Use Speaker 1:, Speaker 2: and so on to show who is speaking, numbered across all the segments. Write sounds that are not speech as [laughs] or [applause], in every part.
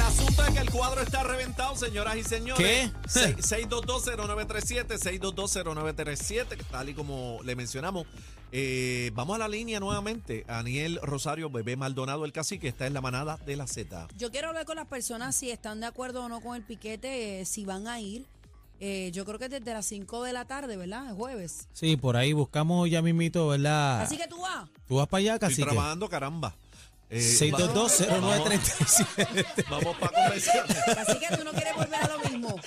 Speaker 1: asunto es que el cuadro está reventado, señoras y señores.
Speaker 2: ¿Qué?
Speaker 1: Se- 6220937, 6220937, que tal y como le mencionamos. Eh, vamos a la línea nuevamente. Aniel Rosario, bebé Maldonado, el cacique, está en la manada de la Z.
Speaker 3: Yo quiero hablar con las personas si están de acuerdo o no con el piquete, eh, si van a ir. Eh, yo creo que desde las 5 de la tarde, ¿verdad? Es jueves.
Speaker 2: Sí, por ahí buscamos ya mismito, ¿verdad?
Speaker 3: Así que tú vas.
Speaker 2: Tú vas para allá,
Speaker 1: Estoy
Speaker 2: cacique.
Speaker 1: trabajando, caramba. Eh, vamos-
Speaker 2: 6220937.
Speaker 1: Vamos para convencer.
Speaker 3: Así que tú no quieres volver a lo
Speaker 2: [laughs]
Speaker 3: mismo.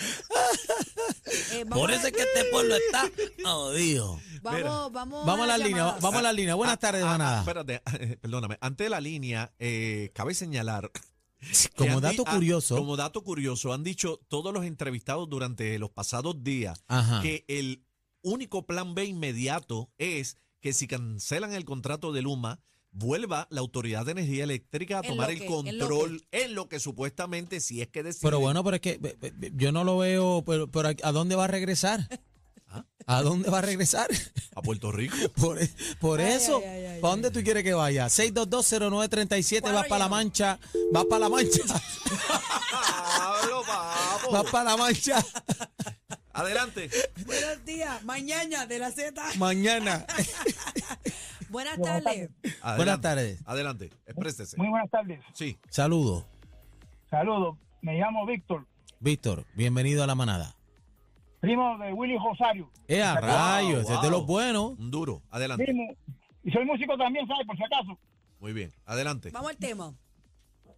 Speaker 3: Eh, vamos,
Speaker 2: Por eso es que este pueblo está jodido.
Speaker 3: vamos,
Speaker 1: Mira.
Speaker 3: vamos,
Speaker 2: Vamos a la
Speaker 3: las
Speaker 2: línea, [laughs]
Speaker 3: llamadas.
Speaker 2: vamos a la línea. Buenas tardes, manada.
Speaker 1: Ah, Espérate, [laughs] perdóname. Antes de la línea, eh, cabe señalar [laughs] Que
Speaker 2: Como
Speaker 1: han
Speaker 2: dato
Speaker 1: di- ah,
Speaker 2: curioso,
Speaker 1: como dato curioso, han dicho todos los entrevistados durante los pasados días
Speaker 2: ajá,
Speaker 1: que el único plan B inmediato es que si cancelan el contrato de Luma, vuelva la Autoridad de Energía Eléctrica a
Speaker 3: En lo
Speaker 1: tomar el
Speaker 3: que, en lo que.
Speaker 1: control en lo que supuestamente si es que deciden.
Speaker 2: Pero bueno, pero es que ve- ve- ve- yo no lo veo, pero, pero ¿a a dónde va a regresar?
Speaker 1: ¿Ah?
Speaker 2: ¿A dónde va a regresar? [laughs]
Speaker 1: A Puerto Rico.
Speaker 2: Por, e- por
Speaker 3: Ay,
Speaker 2: eso,
Speaker 3: ay, ay, ay,
Speaker 2: ¿para dónde tú quieres que vaya? 6220937, vas
Speaker 3: ¿Cuándo
Speaker 2: para la
Speaker 3: llegamos?
Speaker 2: mancha, vas para la mancha,
Speaker 1: [laughs] Pablo, vamos.
Speaker 2: vas para la mancha
Speaker 1: Adelante.
Speaker 3: Buenos días, mañana de la Z.
Speaker 2: mañana.
Speaker 3: Buenas tardes.
Speaker 1: Adelante.
Speaker 2: Buenas tardes.
Speaker 1: Adelante, exprésese.
Speaker 4: Muy buenas tardes.
Speaker 1: Sí,
Speaker 2: Saludos,
Speaker 4: Saludos. Me llamo Víctor,
Speaker 2: Víctor, bienvenido a la manada.
Speaker 4: primo de Willy Rosario.
Speaker 2: Eh, a rayos, ese es de
Speaker 1: wow.
Speaker 2: los buenos.
Speaker 1: un duro. Adelante.
Speaker 4: Primo. Y soy músico también, ¿sabes? Por si acaso.
Speaker 1: Muy bien. Adelante.
Speaker 3: Vamos al tema.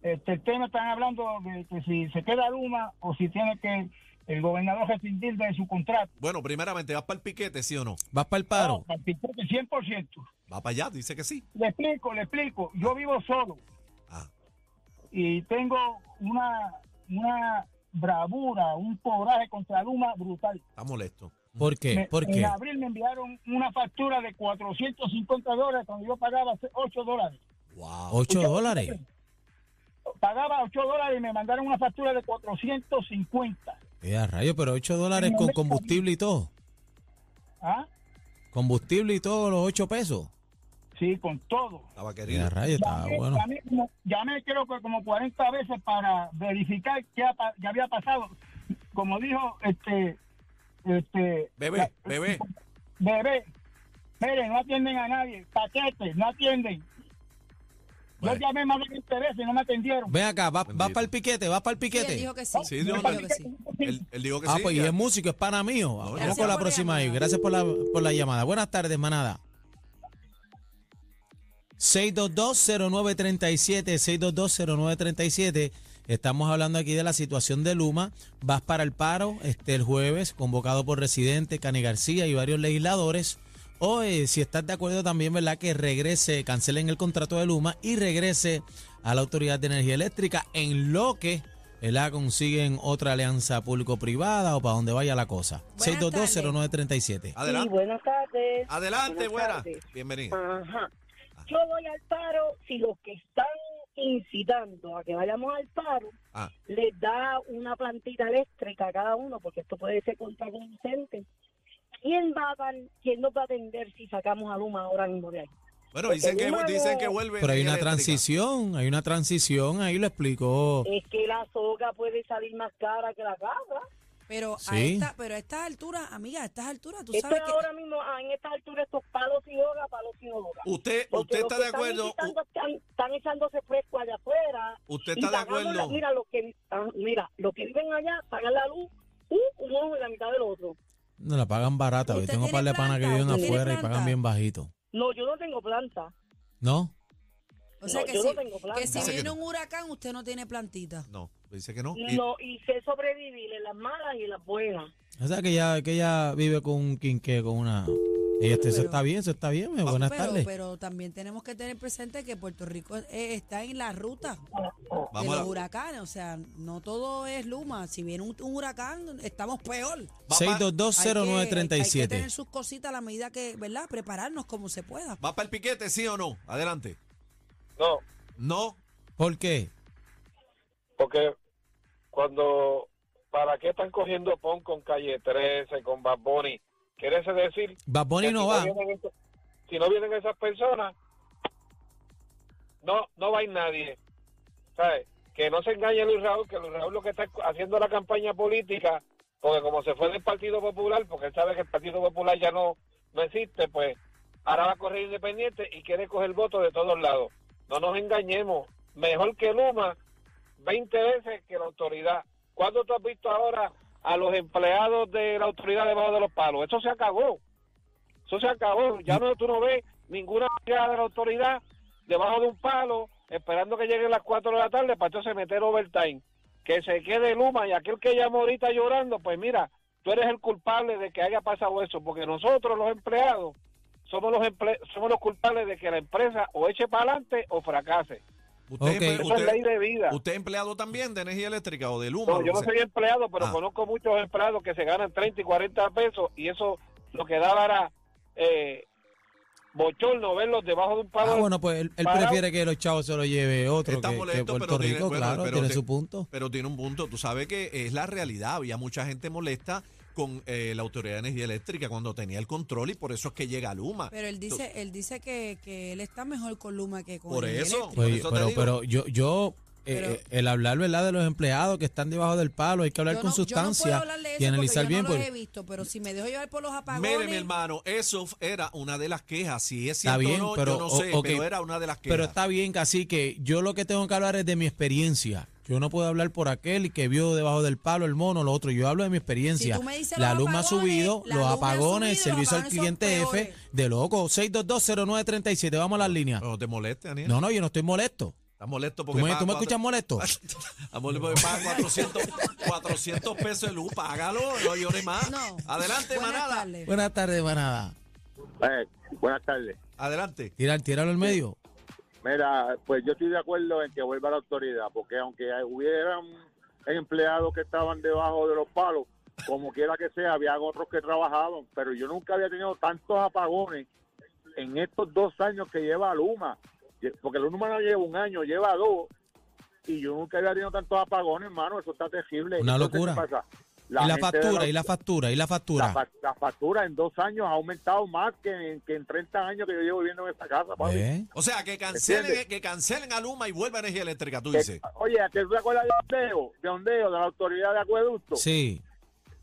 Speaker 4: Este, el tema están hablando de que si se queda Luma o si tiene que el gobernador rescindir de su contrato.
Speaker 1: Bueno, primeramente, ¿vas para el piquete, sí o no?
Speaker 2: Vas para el
Speaker 1: Oh,
Speaker 2: paro.
Speaker 4: No, tampoco, 100%.
Speaker 1: Va para allá, dice que sí.
Speaker 4: Le explico, le explico. Yo vivo solo
Speaker 1: Ah,
Speaker 4: y tengo una, una bravura, un coraje contra Luma brutal.
Speaker 1: está molesto.
Speaker 2: ¿Por qué?
Speaker 4: Me-
Speaker 2: ¿Por
Speaker 4: En
Speaker 2: qué?
Speaker 4: abril me enviaron una factura de 450 dólares cuando yo pagaba 8 dólares.
Speaker 1: Wow.
Speaker 2: ¿Ocho dólares?
Speaker 4: pagaba 8 dólares y me mandaron una factura de 450.
Speaker 2: Eh, a rayos, pero ocho dólares
Speaker 4: En
Speaker 2: con
Speaker 4: América-
Speaker 2: combustible y todo.
Speaker 4: ¿Ah?
Speaker 2: Combustible y todo, los ocho pesos.
Speaker 4: Sí, con todo.
Speaker 1: Estaba
Speaker 2: Eh,
Speaker 1: querido.
Speaker 2: a rayos, está
Speaker 4: Llamé,
Speaker 2: bueno.
Speaker 4: llamé como- llamé creo que como 40 veces para verificar qué, ha pa- qué había pasado. Como dijo este... este
Speaker 1: Bebé, bebé.
Speaker 4: Bebé. Mire, no atienden a nadie. Paquete, no atienden.
Speaker 1: Vale.
Speaker 4: Yo llamé más de 20 veces y no me atendieron.
Speaker 2: Ven acá, vas
Speaker 1: Bendito.
Speaker 2: para el piquete, vas para el
Speaker 3: Sí, él
Speaker 2: piquete.
Speaker 3: dijo que sí.
Speaker 1: Sí,
Speaker 3: él
Speaker 1: no,
Speaker 3: dijo
Speaker 1: no.
Speaker 3: que sí.
Speaker 1: Él, él dijo que
Speaker 2: Ah,
Speaker 1: sí.
Speaker 2: pues y
Speaker 1: ya.
Speaker 2: es músico, es pana mío. Vamos
Speaker 3: Gracias
Speaker 2: con la
Speaker 3: por
Speaker 2: próxima ahí.
Speaker 3: llamar.
Speaker 2: Gracias por la, por la llamada. Buenas tardes, manada. 6220937, 6220937. Estamos hablando aquí de la situación de Luma. Vas para el paro este el jueves, convocado por residente Cani García y varios legisladores. O eh, si estás de acuerdo también, ¿verdad? Que regrese, cancelen el contrato de Luma y regrese a la Autoridad de Energía Eléctrica en lo que, ¿verdad? Consiguen otra alianza público-privada o para donde vaya la cosa.
Speaker 3: Buenas
Speaker 2: 6220937.
Speaker 5: Sí,
Speaker 1: Adelante.
Speaker 5: buenas tardes.
Speaker 1: Adelante,
Speaker 5: Buenas
Speaker 1: buena.
Speaker 5: tardes.
Speaker 1: Bienvenida.
Speaker 5: Ajá. Yo voy al paro si los que están incitando a que vayamos al paro
Speaker 1: Ah.
Speaker 5: les da una plantita eléctrica a cada uno, porque esto puede ser contraproducente. ¿Quién va a, van- quién nos va a atender si sacamos a Luma ahora mismo de ahí?
Speaker 1: Bueno,
Speaker 5: Eh,
Speaker 1: dicen que,
Speaker 5: Porque
Speaker 1: dicen
Speaker 5: luego-
Speaker 1: que vuelve.
Speaker 2: Pero hay una
Speaker 1: eléctrica.
Speaker 2: transición, hay una transición, ahí lo
Speaker 1: Oh.
Speaker 2: explicó.
Speaker 5: Es que la soga puede salir más cara que la cabra.
Speaker 3: Pero, a
Speaker 2: Sí.
Speaker 3: esta, pero a estas alturas, amiga, a estas alturas, tú
Speaker 5: Esto
Speaker 3: sabes
Speaker 5: es
Speaker 3: que...
Speaker 5: ahora mismo, ah, en esta altura, estos palos y hoga, palos y hoga.
Speaker 1: Usted,
Speaker 5: Porque
Speaker 1: usted
Speaker 5: los
Speaker 1: está
Speaker 5: que
Speaker 1: de
Speaker 5: están
Speaker 1: acuerdo.
Speaker 5: incitando están, están echándose fresco allá afuera.
Speaker 1: u- Usted
Speaker 5: Y
Speaker 1: está de
Speaker 5: pagamos la-
Speaker 1: acuerdo.
Speaker 5: mira, los que, ah, mira, los que viven allá pagan la luz un, un ojo y la mitad del otro.
Speaker 2: No la pagan barata, yo
Speaker 3: ¿Usted
Speaker 2: tengo un par
Speaker 3: tiene
Speaker 2: de panas que
Speaker 3: planta?
Speaker 2: viven
Speaker 3: ¿Usted tiene
Speaker 2: afuera y pagan
Speaker 3: planta?
Speaker 2: bien bajito.
Speaker 5: No, yo no tengo planta.
Speaker 2: ¿No?
Speaker 3: O sea
Speaker 5: No,
Speaker 3: que,
Speaker 5: yo
Speaker 3: si,
Speaker 5: no tengo planta.
Speaker 3: que si
Speaker 1: Dice que
Speaker 3: viene
Speaker 1: no.
Speaker 3: un huracán, usted no tiene plantita.
Speaker 1: No, dice que no. Y-
Speaker 5: No, y sé sobrevivir en las malas y en las buenas.
Speaker 2: O sea que ella, que ella vive con un quinqué, con una... Ella, este, eso está bien, eso está bien, buenas
Speaker 3: Ah, pero,
Speaker 2: tardes.
Speaker 3: pero también tenemos que tener presente que Puerto Rico eh, está en la ruta de
Speaker 1: vamos, a
Speaker 3: los
Speaker 1: la-
Speaker 3: huracanes. O sea, no todo es Luma. Si viene un, un huracán, estamos peor.
Speaker 1: va, pa-
Speaker 3: Hay que, hay que
Speaker 2: 6220937.
Speaker 3: tener sus cositas a la medida que, ¿verdad? Prepararnos como se pueda.
Speaker 1: va para el piquete, sí o no. Adelante.
Speaker 6: No,
Speaker 1: No.
Speaker 2: ¿Por qué?
Speaker 6: porque cuando ¿Para qué están cogiendo pon con Calle 13, con Bad Bunny? ¿Quiere eso decir?
Speaker 2: Bad Bunny
Speaker 6: que
Speaker 2: no
Speaker 6: si
Speaker 2: va.
Speaker 6: vienen esos- si no vienen esas personas, no no va a ir nadie. ¿Sabes? Que no se engañe Luis Raúl, que Luis Raúl lo que está haciendo la campaña política, porque como se fue del Partido Popular, porque él sabe que el Partido Popular ya no, no existe, pues ahora va a correr independiente y quiere coger votos de todos lados. No nos engañemos. Mejor que Luma, 20 veces que la autoridad. ¿Cuándo tú has visto ahora a los empleados de la autoridad debajo de los palos? Eso se acabó. Eso se acabó. Ya no, tú no ves ninguna brigada de la autoridad debajo de un palo esperando que lleguen las 4 de la tarde para entonces meter overtime. Que se quede Luma y aquel que llamó ahorita llorando, pues mira, tú eres el culpable de que haya pasado eso, porque nosotros los empleados somos los emple- somos los culpables de que la empresa o eche para adelante o fracase.
Speaker 1: Usted,
Speaker 2: Ok.
Speaker 1: emple-
Speaker 6: Eso es
Speaker 1: usted-
Speaker 6: ley de vida.
Speaker 1: usted es empleado también de energía eléctrica o de Luma.
Speaker 6: No,
Speaker 1: lo
Speaker 6: yo
Speaker 1: que
Speaker 6: no
Speaker 1: sea.
Speaker 6: soy empleado, pero
Speaker 1: Ah.
Speaker 6: conozco muchos empleados que se ganan 30 y 40 pesos y eso lo que daba era eh, bochorno verlos debajo de un palo.
Speaker 2: Ah, bueno, pues él, él
Speaker 6: Parado.
Speaker 2: prefiere que los chavos se lo lleve otro
Speaker 1: Está
Speaker 2: que, que
Speaker 1: molesto,
Speaker 2: Puerto
Speaker 1: pero tiene-
Speaker 2: Rico,
Speaker 1: bueno,
Speaker 2: claro,
Speaker 1: pero
Speaker 2: tiene
Speaker 1: te-
Speaker 2: su punto.
Speaker 1: Pero tiene un punto. Tú sabes que es la realidad. Había mucha gente molesta con eh, la Autoridad de Energía Eléctrica cuando tenía el control y por eso es que llega Luma.
Speaker 3: Pero él dice, él dice que, que él está mejor con Luma que con
Speaker 1: Por
Speaker 3: el
Speaker 1: eso.
Speaker 3: eléctrico.
Speaker 1: Por
Speaker 2: Oye,
Speaker 1: eso te
Speaker 2: Pues, pero,
Speaker 1: digo.
Speaker 2: pero yo, yo eh,
Speaker 3: Pero-
Speaker 2: eh, el hablar, ¿verdad? De los empleados que están debajo del palo, hay que hablar
Speaker 3: Yo
Speaker 2: con
Speaker 3: no- yo no puedo
Speaker 2: sustancia
Speaker 3: hablar de eso
Speaker 2: y analizar
Speaker 3: porque
Speaker 2: bien. pues,
Speaker 3: yo no
Speaker 2: porque-
Speaker 3: los he visto, pero si me dejo llevar por los apagones,
Speaker 1: Mire, mi hermano, eso f- era una de las quejas. Si es
Speaker 2: Está
Speaker 1: cierto
Speaker 2: bien,
Speaker 1: o no,
Speaker 2: pero,
Speaker 1: yo no
Speaker 2: o-
Speaker 1: sé,
Speaker 2: ok.
Speaker 1: pero era una de las quejas.
Speaker 2: Pero está bien, casi que yo lo que tengo que hablar es de mi experiencia. Yo no puedo hablar por aquel que vio debajo del palo el mono, lo otro. Yo hablo de mi experiencia.
Speaker 3: Si tú me dices
Speaker 2: la
Speaker 3: los
Speaker 2: luz me ha
Speaker 3: apagones,
Speaker 2: subido, los
Speaker 3: la luz me ha
Speaker 2: apagones,
Speaker 3: subido y los
Speaker 2: servicio al
Speaker 3: apagones son
Speaker 2: cliente F,
Speaker 3: peores.
Speaker 2: de loco. 6220937, vamos a las líneas.
Speaker 1: Pero no te moleste, Daniel.
Speaker 2: No, no, yo no estoy molesto.
Speaker 1: Estás molesto
Speaker 2: ¿Tú
Speaker 1: porque.
Speaker 2: me,
Speaker 1: paga
Speaker 2: tú me
Speaker 1: cuatro-
Speaker 2: escuchas molesto?
Speaker 1: [laughs] Estás molesto porque paga 400, 400 pesos de luz. Págalo, no llores más.
Speaker 3: No.
Speaker 1: Adelante,
Speaker 3: buenas
Speaker 1: manada.
Speaker 3: tardes.
Speaker 2: Buenas tardes, manada.
Speaker 7: Eh, buenas tardes.
Speaker 1: Adelante.
Speaker 2: Tirar, tíralo al medio.
Speaker 7: Mira, pues yo estoy de acuerdo en que vuelva la autoridad, porque aunque hubieran empleados que estaban debajo de los palos, como quiera que sea, había otros que trabajaban, pero yo nunca había tenido tantos apagones en estos dos años que lleva Luma, Lle- porque Luma no lleva un año, lleva dos, y yo nunca había tenido tantos apagones, hermano, eso está terrible.
Speaker 2: Una
Speaker 7: Entonces,
Speaker 2: locura.
Speaker 7: ¿qué pasa?
Speaker 2: y la
Speaker 7: gente de
Speaker 2: factura, y la factura, y la factura.
Speaker 7: la, fa- la factura en dos años ha aumentado más que en, que en 30 años que yo llevo viviendo en esta casa, papi.
Speaker 2: ¿Eh?
Speaker 1: O sea, que cancelen,
Speaker 7: ¿Entiendes?
Speaker 1: que cancelen a Luma y vuelva a energía eléctrica, tú
Speaker 7: Que-
Speaker 1: dices.
Speaker 7: Eh, Oye, ¿a que tú te acuerdas de Ondeo? De Ondeo, de la autoridad de acueducto.
Speaker 2: Sí.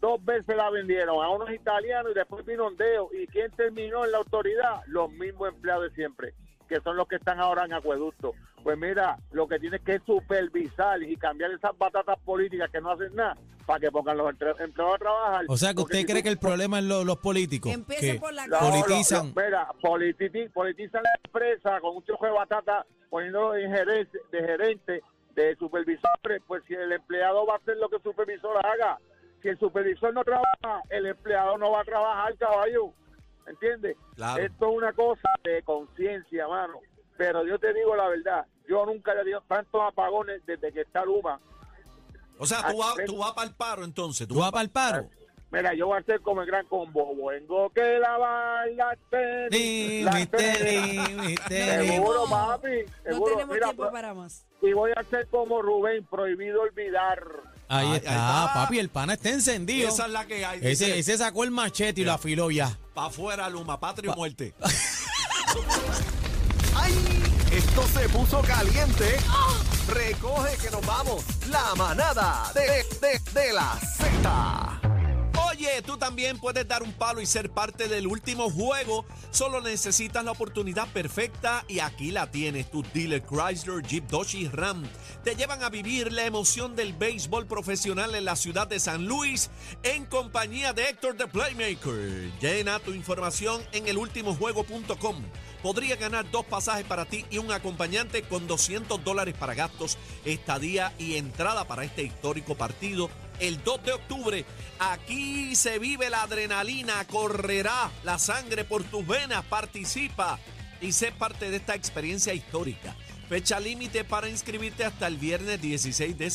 Speaker 7: Dos veces la vendieron a unos italianos y después vino Ondeo. ¿Y quién terminó en la autoridad? Los mismos empleados de siempre, que son los que están ahora en acueducto. Pues mira, lo que tienes que es supervisar y cambiar esas batatas políticas que no hacen nada para que pongan los entre- empleados a trabajar.
Speaker 2: O sea, que
Speaker 7: Porque
Speaker 2: usted
Speaker 7: si
Speaker 2: cree
Speaker 7: tú-
Speaker 2: que el problema es lo- los políticos.
Speaker 3: Que empiecen
Speaker 2: que
Speaker 3: por la
Speaker 7: No,
Speaker 3: casa.
Speaker 2: politizan.
Speaker 7: no, no, mira, polititi- politizan la empresa con un choque de batata poniéndolo de gerente, de gerente, de supervisores. Pues si el empleado va a hacer lo que el supervisor haga, si el supervisor no trabaja, el empleado no va a trabajar, caballo. ¿Entiendes?
Speaker 1: Claro.
Speaker 7: Esto es una cosa de conciencia, mano. Pero yo te digo la verdad, yo nunca le dio tantos apagones desde que está Luma.
Speaker 1: O sea, tú vas tú vas para el paro entonces. Tú
Speaker 2: ¿Tú
Speaker 1: vas
Speaker 2: vas para el paro?
Speaker 7: Mira, yo voy a hacer como el gran combo. Vengo que lavar las tenis,
Speaker 2: Ni,
Speaker 7: las
Speaker 2: mi
Speaker 7: tenis.
Speaker 2: tenis, mi tenis.
Speaker 7: Seguro,
Speaker 3: tenemos-
Speaker 7: papi.
Speaker 3: No
Speaker 7: Seguro.
Speaker 3: tenemos
Speaker 7: Mira,
Speaker 3: tiempo
Speaker 7: pues,
Speaker 3: para más.
Speaker 7: y voy a ser como Rubén, prohibido olvidar.
Speaker 2: Ahí
Speaker 1: Ahí
Speaker 2: está,
Speaker 1: está.
Speaker 2: papi, el pana está
Speaker 1: Y
Speaker 2: encendido.
Speaker 1: esa es la que hay.
Speaker 2: Ese, ese sacó el machete y lo afiló ya.
Speaker 1: Para afuera, Luma, patria o muerte.
Speaker 8: ¡Ay! Esto se puso caliente. Recoge que nos vamos. La manada de, de, de la Z.
Speaker 1: Oye, tú también puedes dar un palo y ser parte del último juego. Solo necesitas la oportunidad perfecta y aquí la tienes. Tus dealers Chrysler, Jeep, Dodge y Ram te llevan a vivir la emoción del béisbol profesional en la ciudad de San Luis en compañía de Héctor the Playmaker. Llena tu información en elultimojuego.com. podría ganar dos pasajes para ti y un acompañante con 200 dólares para gastos, estadía y entrada para este histórico partido. El 2 de octubre, aquí se vive la adrenalina, correrá la sangre por tus venas, participa y sé parte de esta experiencia histórica. Fecha límite para inscribirte hasta el viernes 16 de